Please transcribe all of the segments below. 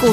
股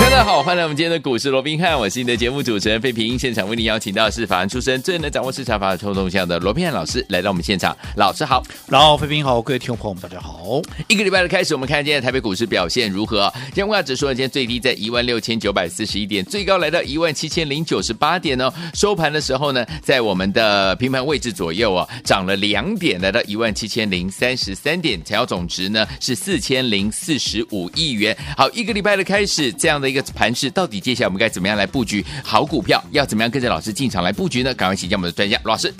大家好，欢迎来我们今天的股市罗宾汉，我是你的节目主持人费平。现场为您邀请到的是法案出身、最能掌握市场法的冲动向的罗宾汉老师来到我们现场。老师好，然后，飞平好，各位听众朋友们，大家好。一个礼拜的开始，我们看今天的台北股市表现如何？相关指数呢，今天最低在16,941点，最高来到17,098点哦。收盘的时候呢，在我们的平盘位置左右哦，涨了两点，来到17,033点，成交总值呢是4,045亿元。好，一个礼拜的开始，这样的一个盘势，到底接下来我们该怎么样来布局好股票？要怎么样跟着老师进场来布局呢？赶快请教我们的专家罗老师。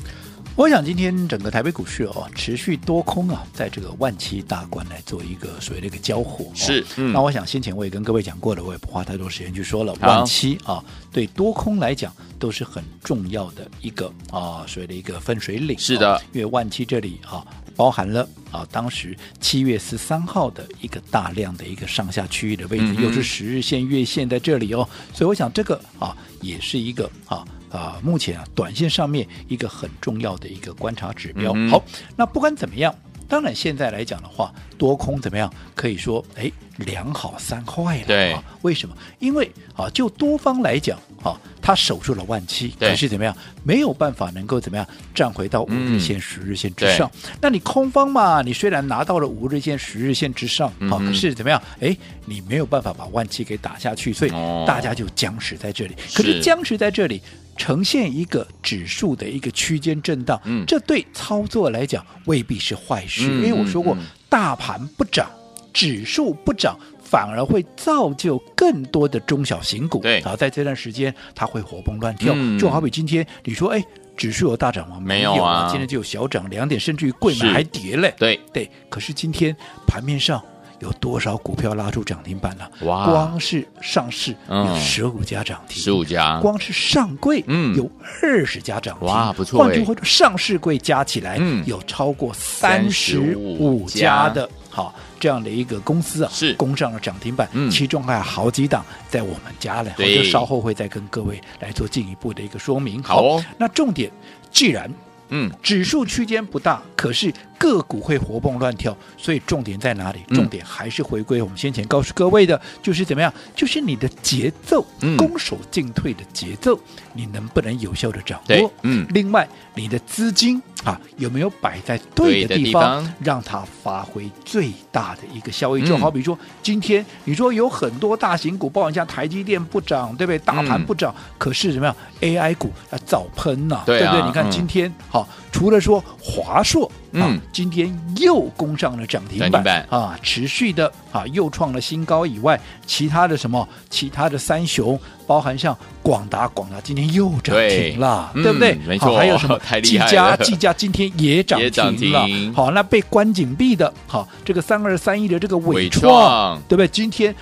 我想今天整个台北股市哦，持续多空啊，在这个万七大关来做一个所谓的一个交火、哦。是嗯那我想先前我也跟各位讲过了，我也不花太多时间去说了。好万七啊，对多空来讲都是很重要的一个啊，所谓的一个分水岭。是的哦因为万七这里啊，包含了啊，当时七月十三号的一个大量的一个上下区域的位置，嗯哼又是十日线、月线在这里哦，所以我想这个啊，也是一个啊。啊，目前啊，短线上面一个很重要的一个观察指标。嗯哼好，那不管怎么样，当然现在来讲的话，多空怎么样，可以说哎，两好三坏了。对啊为什么？因为啊，就多方来讲啊，他守住了万七，对可是怎么样，没有办法能够怎么样站回到五嗯日线、十日线之上。那你空方嘛，你虽然拿到了五日线、十日线之上，嗯好、哼可是怎么样？哎，你没有办法把万七给打下去，所以哦大家就僵持在这里。可是是僵持在这里。呈现一个指数的一个区间震荡，嗯这对操作来讲未必是坏事，嗯因为我说过，嗯嗯大盘不涨，指数不涨，反而会造就更多的中小型股。对啊，在这段时间它会活蹦乱跳，嗯就好比今天你说，哎，指数有大涨吗？没有有啊今天就有小涨两点，甚至于贵是买还跌嘞。对，对，可是今天盘面上。有多少股票拉出涨停板了？哇光是上市嗯有十五家涨停，十五家，光是上柜，嗯有二十家涨停，哇不错换句欸话说，上市柜加起来，嗯有超过三十35五家的，好这样的一个公司啊，是攻上了涨停板，嗯其中还有好几档在我们家嘞，我对就稍后会再跟各位来做进一步的一个说明。好哦那重点，既然嗯，指数区间不大，可是个股会活蹦乱跳，所以重点在哪里？嗯重点还是回归我们先前告诉各位的，就是怎么样，就是你的节奏，嗯攻守进退的节奏，你能不能有效的掌对握？嗯另外，你的资金啊有没有摆在对对的的地地方方，让它发挥最大的一个效益？就嗯好比说，今天你说有很多大型股，包含像台积电不涨，对不对？大盘嗯不涨，可是怎么样？AI 股啊早喷呐、对啊不对？你看嗯今天好、除了说华硕，啊嗯今天又攻上了涨停涨停板板啊，持续的啊又创了新高以外，其他的什么，其他的三雄，包含像广达，广达今天又涨停了，对对不对嗯？没好错还有什 么太厉技害嘉了，技嘉今天也涨也涨停了停。好，那被关紧闭的，好这个三二三一的这个伟伟创创，对不对？今天。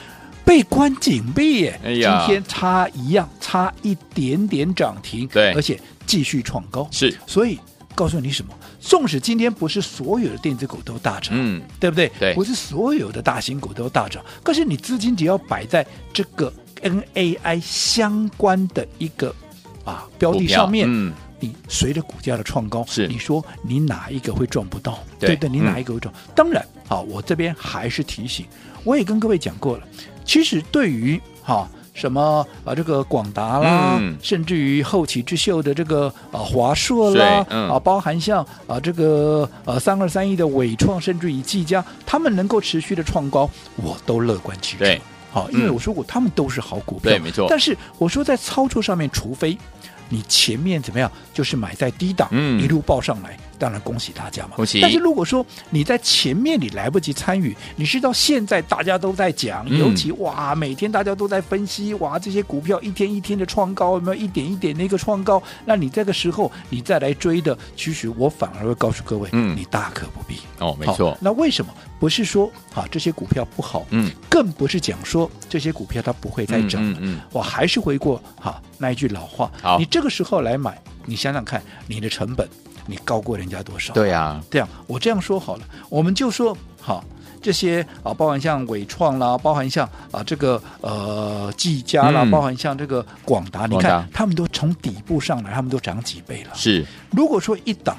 被关紧闭耶，哎呀今天差一样，差一点点涨停，对而且继续创高，是，所以告诉你什么？纵使今天不是所有的电子股都大涨，嗯，对不对？对不是所有的大型股都大涨，可是你资金只要摆在这个 NAI 相关的一个啊标股的票上面，嗯你随着股价的创高，是你说你哪一个会赚不到？对不对？你嗯哪一个会赚？当然，好，我这边还是提醒，我也跟各位讲过了，其实对于哈。什么啊？这个广达啦，嗯甚至于后起之秀的这个啊华硕啦对，嗯啊包含像啊这个呃三二三一的伟创，甚至于技嘉，他们能够持续的创高，我都乐观其成。对，好、因为嗯我说过，他们都是好股票，对没错但是我说在操作上面，除非你前面怎么样，就是买在低档，嗯一路报上来，当然恭喜大家嘛，恭喜但是如果说你在前面你来不及参与，你是到现在大家都在讲，嗯尤其哇，每天大家都在分析哇，这些股票一天一天的创高，有没有一点一点的一个创高？那你这个时候你再来追的，其实我反而会告诉各位，嗯你大可不必。哦，没好错，那为什么不是说啊这些股票不好？嗯，更不是讲说这些股票它不会再涨。嗯嗯我还是回过哈、那一句老话好，你这个时候来买，你想想看，你的成本你高过人家多少？对啊，这样，我这样说好了，我们就说好这些啊，包含像伟创啦，包含像啊这个呃技嘉啦，嗯包含像这个广达，你广达看他们都从底部上来，他们都涨几倍了。是如果说一档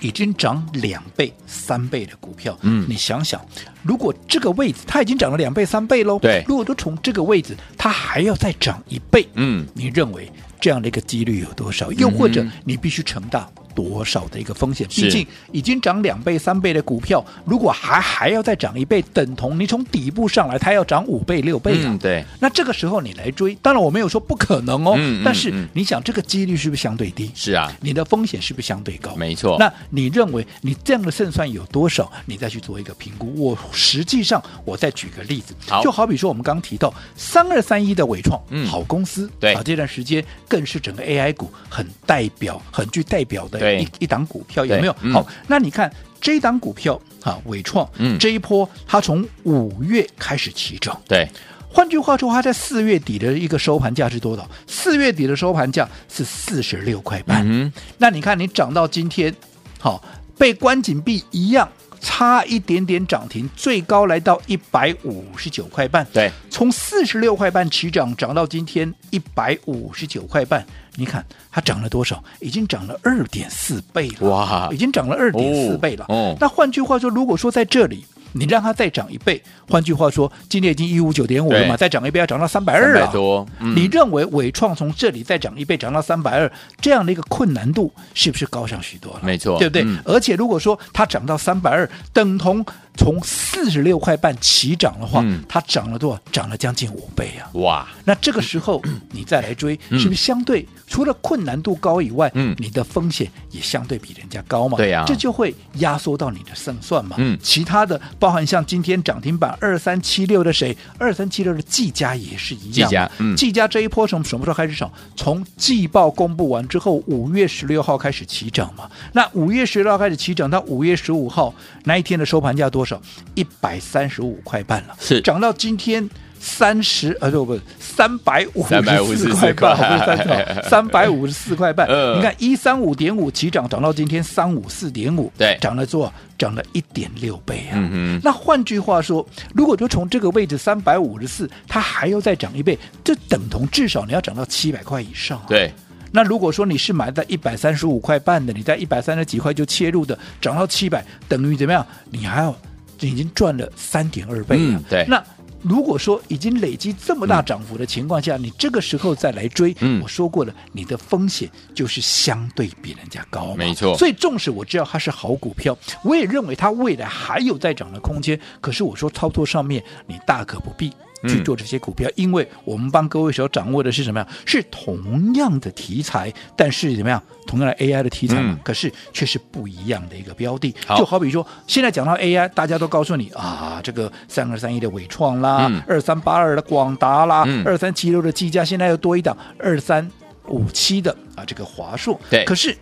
已经涨两倍、三倍的股票，嗯你想想，如果这个位置它已经涨了两倍、三倍喽，对如果都从这个位置它还要再涨一倍，嗯，你认为这样的一个几率有多少？又或者嗯你必须承担多少的一个风险？是毕竟已经涨两倍、三倍的股票，如果还还要再涨一倍，等同你从底部上来，它要涨五倍、六倍啊。嗯对，那这个时候你来追，当然我没有说不可能哦，嗯嗯但是嗯你想这个几率是不是相对低？是啊，你的风险是不是相对高？没错，那你认为你这样的胜算有多少？你再去做一个评估。我实际上，我再举个例子好，就好比说我们刚提到三二三一的伟创，嗯好公司，对啊，这段时间更是整个 AI 股很代表、很具代表的对一一档股票，有对没有？嗯好，那你看这一档股票啊，伟创，嗯这一波它从五月开始起涨，对，换句话说，它在四月底的一个收盘价是多少？四月底的收盘价是四十六块半。嗯哼，那你看你涨到今天，好、被关紧闭一样，差一点点涨停，最高来到一百五十九块半。对，从四十六块半起涨，涨到今天一百五十九块半。你看它涨了多少？已经涨了二点四倍了。哇已经涨了二点四倍了。啊哦哦那换句话说，如果说在这里。你让它再涨一倍，换句话说，今天已经一五九点五了嘛，对再涨一倍要涨到三百二300了，多嗯你认为伟创从这里再涨一倍，涨到三百二，这样的一个困难度是不是高上许多了？没错对不对？嗯而且如果说它涨到三百二，等同从四十六块半起涨的话，嗯它涨了多少？涨了将近五倍啊！哇，那这个时候嗯你再来追，是不是相对除了困难度高以外，嗯你的风险也相对比人家高嘛？对呀这就会压缩到你的胜算嘛。嗯其他的包含像今天涨停板二三七六的谁，二三七六的技嘉也是一样嘛。技嘉嗯技嘉这一波从什么时候开始涨？从季报公布完之后，五月十六号开始起涨嘛。那五月十六号开始起涨，到五月十五号那一天的收盘价多少？一百三十五块半了。是涨到今天三十，呃，不不，三百五十四354块半，块不是三三百五十四块半。嗯你看一三五点五起涨，涨到今天三五四点五，对涨了多少？涨了一点六倍啊！嗯哼，那换句话说，如果说从这个位置三百五十四，它还要再涨一倍，这等同至少你要涨到七百块以上、啊。对，那如果说你是买在一百三十五块半的，你在一百三十几块就切入的，涨到七百，等于怎么样？你还要你已经赚了三点二倍了、嗯对那如果说已经累积这么大涨幅的情况下，你这个时候再来追，嗯我说过了，你的风险就是相对比人家高嘛。没错所以纵使我知道它是好股票，我也认为它未来还有再涨的空间。可是我说操作上面，你大可不必。去嗯做这些股票，因为我们帮各位所掌握的是什么呀？是同样的题材，但是怎么样？同样的 AI 的题材嘛，嗯可是却是不一样的一个标的。好就好比说，现在讲到 AI，大家都告诉你啊，这个三二三一的伟创啦嗯，二三八二的广达啦嗯，二三七六的技嘉，现在又多一档二三五七的啊这个华硕。对可是。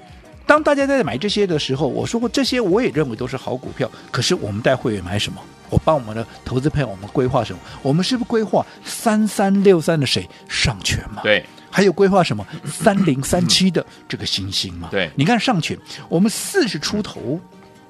当大家在买这些的时候，我说过这些，我也认为都是好股票。可是我们带会员买什么？我帮我们的投资朋友我们规划什么？我们是不是规划三三六三的谁上权嘛？对，还有规划 什么三零三七的这个星星嘛？对你看上权，我们四十出头。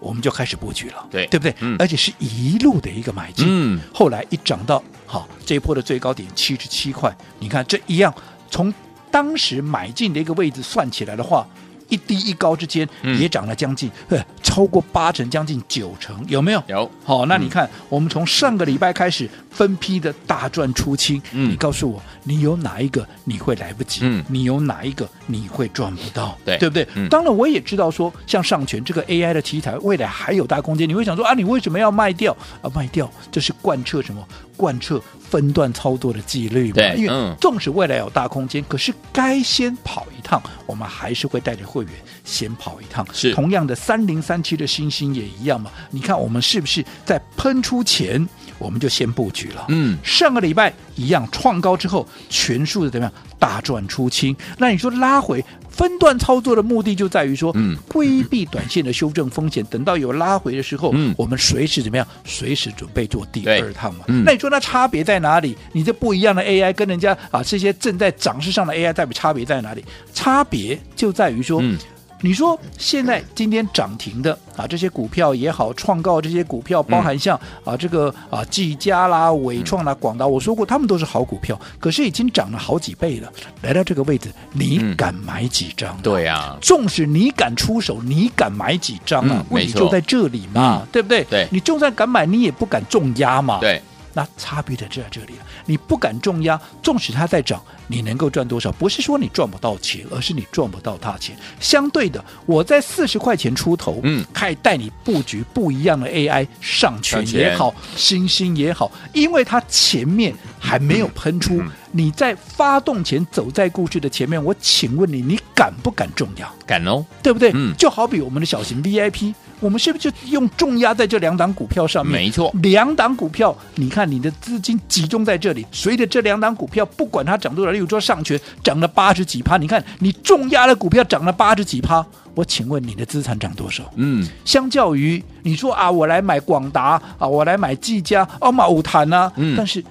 我们就开始布局了，对对不对？嗯而且是一路的一个买进，嗯后来一涨到好这一波的最高点七十七块，你看这一样，从当时买进的一个位置算起来的话，一低一高之间嗯也涨了将近、呃超过八成，将近九成，有没有？有好，那嗯你看，我们从上个礼拜开始分批的大赚出清，嗯你告诉我，你有哪一个你会来不及？嗯你有哪一个你会赚不到？对对不对？嗯当然，我也知道说，像上权这个 AI 的题材，未来还有大空间。你会想说啊，你为什么要卖掉啊？卖掉，这是贯彻什么？贯彻分段操作的纪律嘛。对因为嗯纵使未来有大空间，可是该先跑一趟，我们还是会带着会员先跑一趟。是同样的，三零三七的星星也一样嘛。你看我们是不是在喷出前我们就先布局了？嗯上个礼拜一样创高之后，全数的怎么样大赚出清？那你说拉回分段操作的目的就在于说，嗯规避短线的修正风险，等到有拉回的时候，嗯我们随时怎么样，随时准备做第对二趟嘛。嗯那你说那差别在哪里？你这不一样的 AI 跟人家啊这些正在涨势上的 AI 代表差别在哪里？差别就在于说，嗯你说现在今天涨停的啊，这些股票也好，创告这些股票，包含像、啊这个啊技嘉啦、伟创啦、广达，我说过他们都是好股票，可是已经涨了好几倍了，来到这个位置，你嗯敢买几张、啊对啊，纵使你敢出手，你敢买几张啊？嗯问没题错嗯就在这里嘛，对不对？对你就算敢买，你也不敢重压嘛。，对，那差别在这这里啊，你不敢重压，纵使它在涨，你能够赚多少？不是说你赚不到钱，而是你赚不到大钱。相对的，我在四十块钱出头，嗯，可以带你布局不一样的 AI 上上权权也好，星星也好，因为它前面还没有喷出，嗯你在发动前走在故事的前面，我请问你，你敢不敢重压？敢哦，对不对？嗯就好比我们的小型 VIP，我们是不是就用重压在这两档股票上面？没错两档股票，你看你的资金集中在这里，随着这两档股票，不管它涨多少，例如说上权涨了八十几趴，你看你重压的股票涨了八十几趴，我请问你的资产涨多少？嗯，相较于你说啊，我来买广达啊，我来买技嘉、哦买五坛啊，嗯但是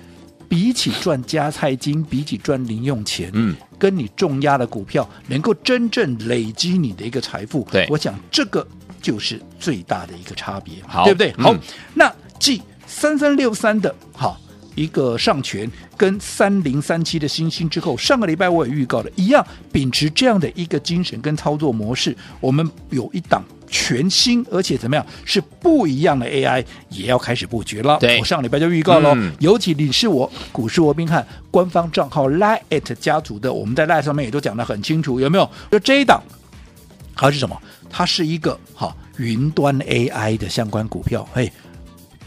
比起赚加菜金，比起赚零用钱，嗯，跟你重压的股票能够真正累积你的一个财富，对我想这个就是最大的一个差别，好对不对？嗯好，那继三三六三的好。一个上权跟三零三七的星星之后，上个礼拜我也预告了，一样秉持这样的一个精神跟操作模式，我们有一档全新而且怎么样是不一样的 AI 也要开始布局了。对我上礼拜就预告了，嗯尤其你是我股市罗宾汉官方账号 Lie at 家族的，我们在 Lie 上面也都讲得很清楚，有没有？就这一档它是什么？它是一个哈云端 AI 的相关股票。嘿，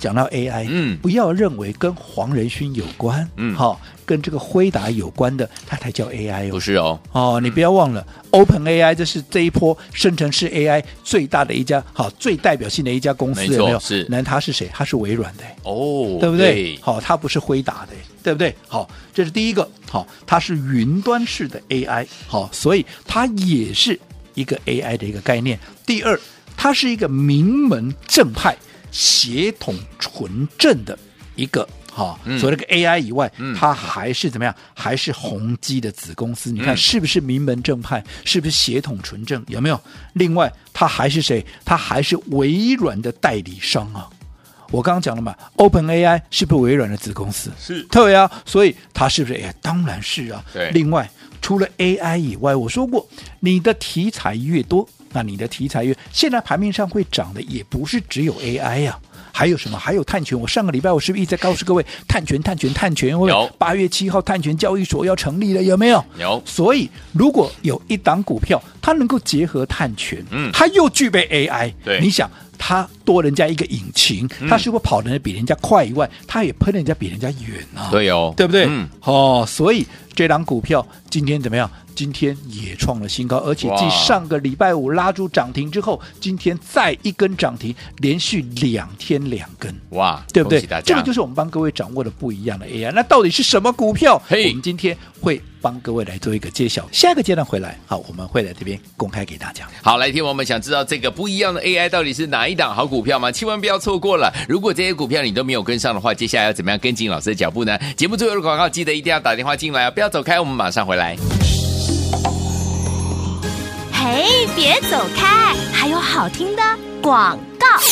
讲到 AI，嗯不要认为跟黄仁勋有关，嗯好、跟这个辉达有关的，它才叫 AI 不哦。是哦，哦，你不要忘了、o p e n AI 这是这一波生成式 AI 最大的一家，好最代表性的一家公司，没错有没有？是那它是谁？它是微软的、哦，对不对？好，它不是辉达的，对不对？好，这是第一个，好，它是云端式的 AI，好，所以它也是一个 AI 的一个概念。第二，它是一个名门正派、血统纯正的一个。好，嗯除了这个 AI 以外，嗯它还是怎么样？还是宏基的子公司？你看嗯是不是名门正派？是不是血统纯正？有没有？另外，它还是谁？它还是微软的代理商啊。我刚刚讲了嘛，OpenAI 是不是微软的子公司？是对啊，所以它是不是？哎，当然是啊。对另外，除了 AI 以外，我说过，你的题材越多，那你的题材越……现在盘面上会涨的也不是只有 AI 呀、还有什么？还有碳权。我上个礼拜我是不是一直在告诉各位，碳权、碳权、碳权？有没有有八月七号碳权交易所要成立了，有没有？有所以，如果有一档股票，它能够结合碳权，嗯它又具备 AI，对嗯你想它多人家一个引擎，它是不是跑得比人家快以外，它也喷人家比人家远啊？对哦，对不对？嗯，哦，所以这档股票今天怎么样？今天也创了新高，而且哇继上个礼拜五拉出涨停之后，今天再一根涨停，连续两天两根。哇，对不对恭喜大？这家个就是我们帮各位掌握的不一样的 AI。那到底是什么股票？嘿我们今天会帮各位来做一个揭晓。下个阶段回来，好，我们会来这边公开给大家。好，来，听我们想知道这个不一样的 AI 到底是哪一档好股票吗？千万不要错过了。如果这些股票你都没有跟上的话，接下来要怎么样跟紧老师的脚步呢？节目最后的广告记得一定要打电话进来哦，不要走开，我们马上回来。嘿，别走开，还有好听的广告。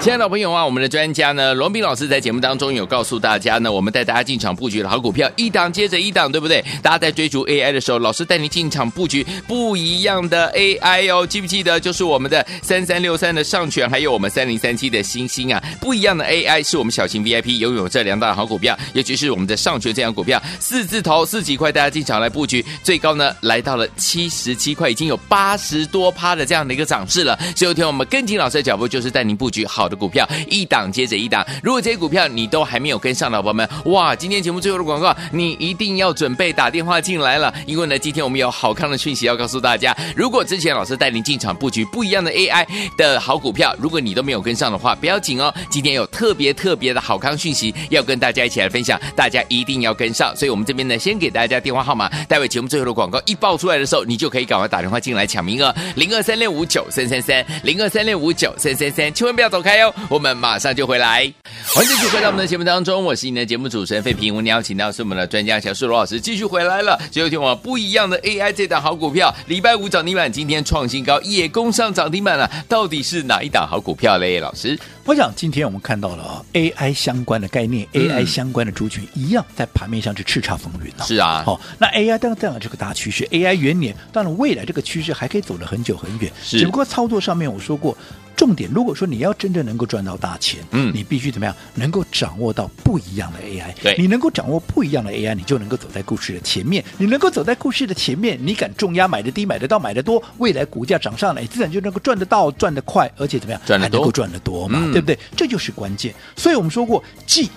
亲爱的朋友啊，我们的专家呢，罗斌老师在节目当中有告诉大家呢，我们带大家进场布局的好股票，一档接着一档，对不对？大家在追逐 AI 的时候，老师带你进场布局不一样的 AI 哦，记不记得？就是我们的三三六三的上权，还有我们三零三七的星星啊，不一样的 AI 是我们小型 VIP 拥有这两档好股票，尤其是我们的上权这样股票，四字头四几块，大家进场来布局，最高呢来到了七十七块，已经有八十多趴的这样的一个涨势了。所以，有天我们跟紧老师的脚步，就是带您布局好的股票，一档接着一档。如果这些股票你都还没有跟上的伙伴们，哇，今天节目最后的广告，你一定要准备打电话进来了，因为呢，今天我们有好康的讯息要告诉大家。如果之前老师带您进场布局不一样的 AI 的好股票，如果你都没有跟上的话，不要紧哦，今天有特别特别的好康讯息要跟大家一起来分享，大家一定要跟上。所以我们这边呢，先给大家电话号码，待会节目最后的广告一爆出来的时候，你就可以赶快打电话进来抢名额，零二三六五九三三三，零二三六五九三三三，千万不要走开。开哦，我们马上就回来。欢迎继续回到我们的节目当中，我是你的节目主持人费平。我们邀请到是我们的专家乔世罗老师继续回来了。只有听我不一样的 AI 这档好股票，礼拜五涨停板，今天创新高，也攻上涨停板了。到底是哪一档好股票嘞？老师，我想今天我们看到了啊，AI 相关的概念、嗯 a i 相关的族群一样在盘面上是叱咤风云啊。是啊，好、那 AI 当然当然这个大趋势，AI 元年，当然未来这个趋势还可以走得很久很远。是只不过操作上面我说过，重点如果说你要真正能够赚到大钱，嗯你必须怎么样，能够掌握到不一样的 AI。对你能够掌握不一样的 AI，你就能够走在故事的前面。你能够走在故事的前面，你敢重压买的低，买得到，买得多，未来股价涨上来，自然就能够赚得到，赚得快，而且怎么样，赚得还能多够赚得多嘛，嗯对不对？这就是关键。所以我们说过，既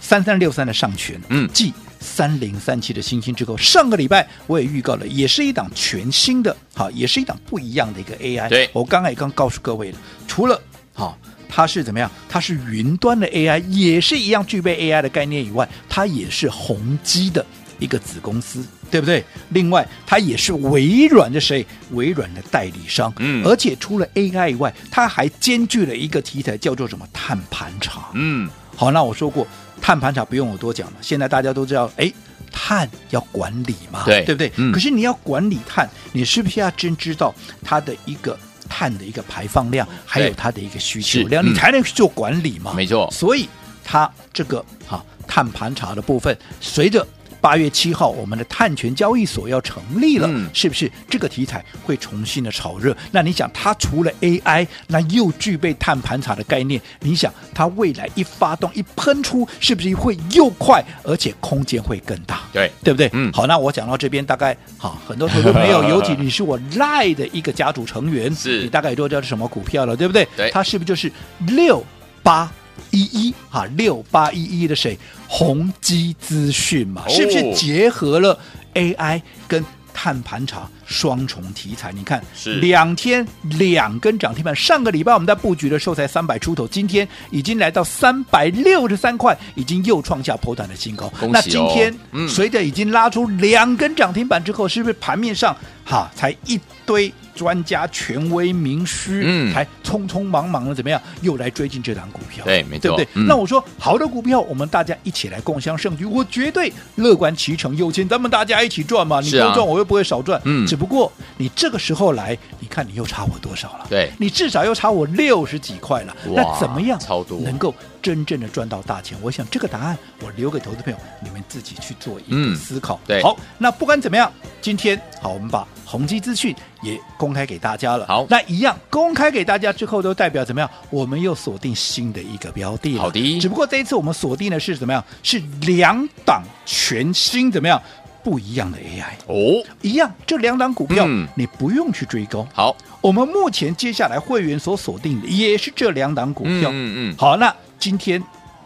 三三六三的上权，嗯继三零三七的星星之后，上个礼拜我也预告了，也是一档全新的，好，也是一档不一样的一个 AI。对我刚才也刚告诉各位了，除了好。它是怎么样？它是云端的 AI，也是一样具备 AI 的概念以外，它也是宏基的一个子公司，对不对？另外，它也是微软的谁？微软的代理商。嗯而且除了 AI 以外，它还兼具了一个题材，叫做什么碳盘查。嗯，好，那我说过，碳盘查不用我多讲了，现在大家都知道，哎，碳要管理嘛，对对不对？嗯可是你要管理碳，你是不是要真知道它的一个碳的一个排放量，还有它的一个需求量，是嗯你才能去做管理嘛？没错所以它这个哈、啊、碳盘查的部分，随着八月七号我们的碳权交易所要成立了，嗯是不是这个题材会重新的炒热？那你想，它除了 AI，那又具备碳盘查的概念，你想它未来一发动一喷出，是不是会又快，而且空间会更大？对，对不对？嗯好，那我讲到这边，大概好，很多投资朋友，尤其你是我赖的一个家族成员，是你大概也都知道是什么股票了，对不对？对它是不是就是六八一一哈六八一一的谁？宏基资讯嘛，哦是不是结合了 AI 跟碳盘查双重题材？你看，是两天两根涨停板。上个礼拜我们在布局的时候才三百出头，今天已经来到三百六十三块，已经又创下波段的新高。恭喜哦那今天、嗯随着已经拉出两根涨停板之后，是不是盘面上哈才一堆专家、权威、名师，嗯才匆匆忙忙的怎么样又来追进这档股票？对没错对不对？嗯那我说好的股票，我们大家一起来共襄盛举，我绝对乐观其成优先，咱们大家一起赚嘛，你是多啊赚，我又不会少赚。嗯只不过你这个时候来，你看你又差我多少了？对你至少又差我六十几块了。哇那怎么样超多能够真正的赚到大钱？我想这个答案我留给投资朋友，你们自己去做一嗯个思考。对好，那不管怎么样，今天好，我们把宏基资讯也公开给大家了。好那一样公开给大家之后，都代表怎么样？我们又锁定新的一个标的了。好的只不过这一次我们锁定的是怎么样？是两档全新怎么样？不一样的 AI，哦，一样，这两档股票、嗯你不用去追高，好，我们目前接下来会员所锁定的也是这两档股票。嗯嗯，好，那今天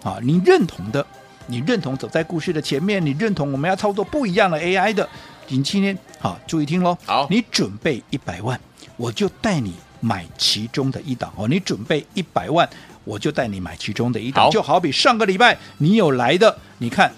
啊，你认同的，你认同走在故事的前面，你认同我们要操作不一样的 AI 的，你今天啊，注意听喽。好你准备一百万，我就带你买其中的一档哦。你准备一百万，我就带你买其中的一好档。就好比上个礼拜你有来的，你看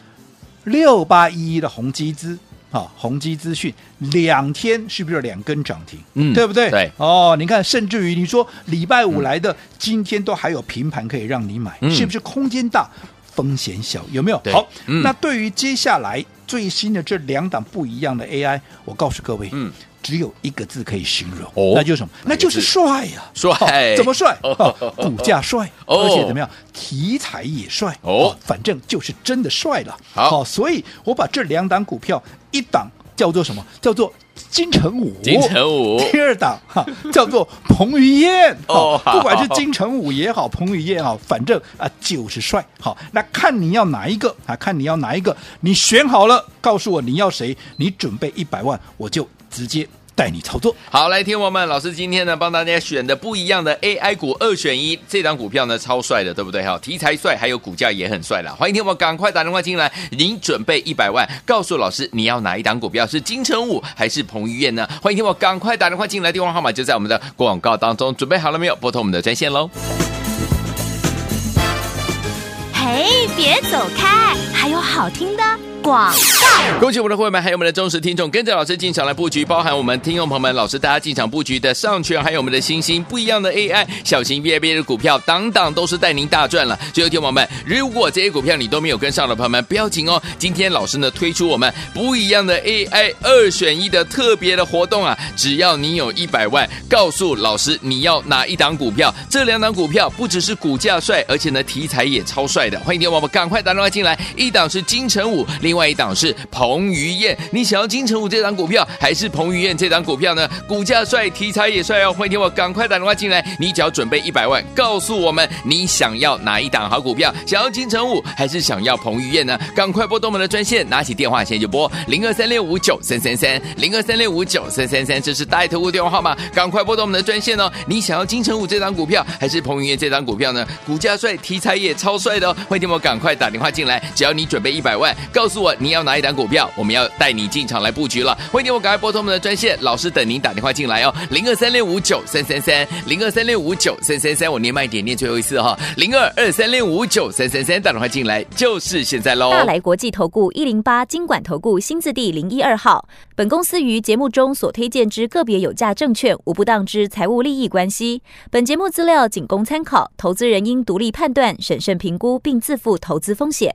六八一一的宏基资。啊，宏基资讯两天是不是两根涨停？嗯对不对？对哦，你看，甚至于你说礼拜五来的，今天都还有平盘可以让你买，嗯是不是空间大，风险小？有没有对？好，嗯那对于接下来最新的这两档不一样的 AI，我告诉各位，嗯，只有一个字可以形容，哦那就是什么？哪个字那就是帅呀、帅哦怎么帅？哦哦，股价帅，哦而且怎么样？题材也帅哦反正就是真的帅了。好所以我把这两档股票一档叫做什么？叫做金城武，金城武 第二档哈、叫做彭于晏哦好不管是金城武也好，彭于晏也好，反正啊就是帅。好，那看你要哪一个啊？看你要哪一个？你选好了，告诉我你要谁，你准备一百万，我就直接带你操作。好，来，听我们，老师今天呢帮大家选的不一样的 AI 股二选一，这档股票呢超帅的，对不对哈？题材帅，还有股价也很帅啦。欢迎听我赶快打电话进来，您准备一百万，告诉老师你要哪一档股票，是金城武还是彭于晏呢？欢迎听我赶快打电话进来，电话号码就在我们的广告当中，准备好了没有？拨通我们的专线喽。嘿，别走开，还有好听的广。广。恭喜我们的会员们，还有我们的忠实听众，跟着老师进场来布局，包含我们听众朋友们，老师大家进场布局的上权，还有我们的新兴不一样的 AI 小型 VIP 的股票，档档都是带您大赚了。所以，听众朋友们，如果这些股票你都没有跟上的朋友们，不要紧哦。今天老师呢推出我们不一样的 AI 二选一的特别的活动啊，只要你有一百万，告诉老师你要哪一档股票，这两档股票不只是股价帅，而且呢题材也超帅的。欢迎听众朋友们赶快打电话进来，一档是金城武，另外一档是彭于晏。你想要金城武这档股票，还是彭于晏这档股票呢？股价帅，题材也帅哦。欢迎听我赶快打电话进来，你只要准备一百万，告诉我们你想要哪一档好股票，想要金城武还是想要彭于晏呢？赶快拨动我们的专线，拿起电话现在就拨零二三六五九三三三零二三六五九三三三，这是大爱投顾电话号码，赶快拨动我们的专线哦。你想要金城武这档股票，还是彭于晏这档股票呢？股价帅，题材也超帅的哦。欢迎听我赶快打电话进来，只要你准备一百万，告诉我你要哪一档股票，我们要带你进场来布局了。欢迎听我赶快拨通我们的专线，老师等您打电话进来哦，零二三六五九三三三零二三六五九三三三，我念慢一点，念最后一次哈、哦，零二二三六五九三三三，打电话进来就是现在喽。大来国际投顾一零八金管投顾新字第零一二号。本公司于节目中所推荐之个别有价证券，无不当之财务利益关系。本节目资料仅供参考，投资人应独立判断、审慎评估，并自负投资风险。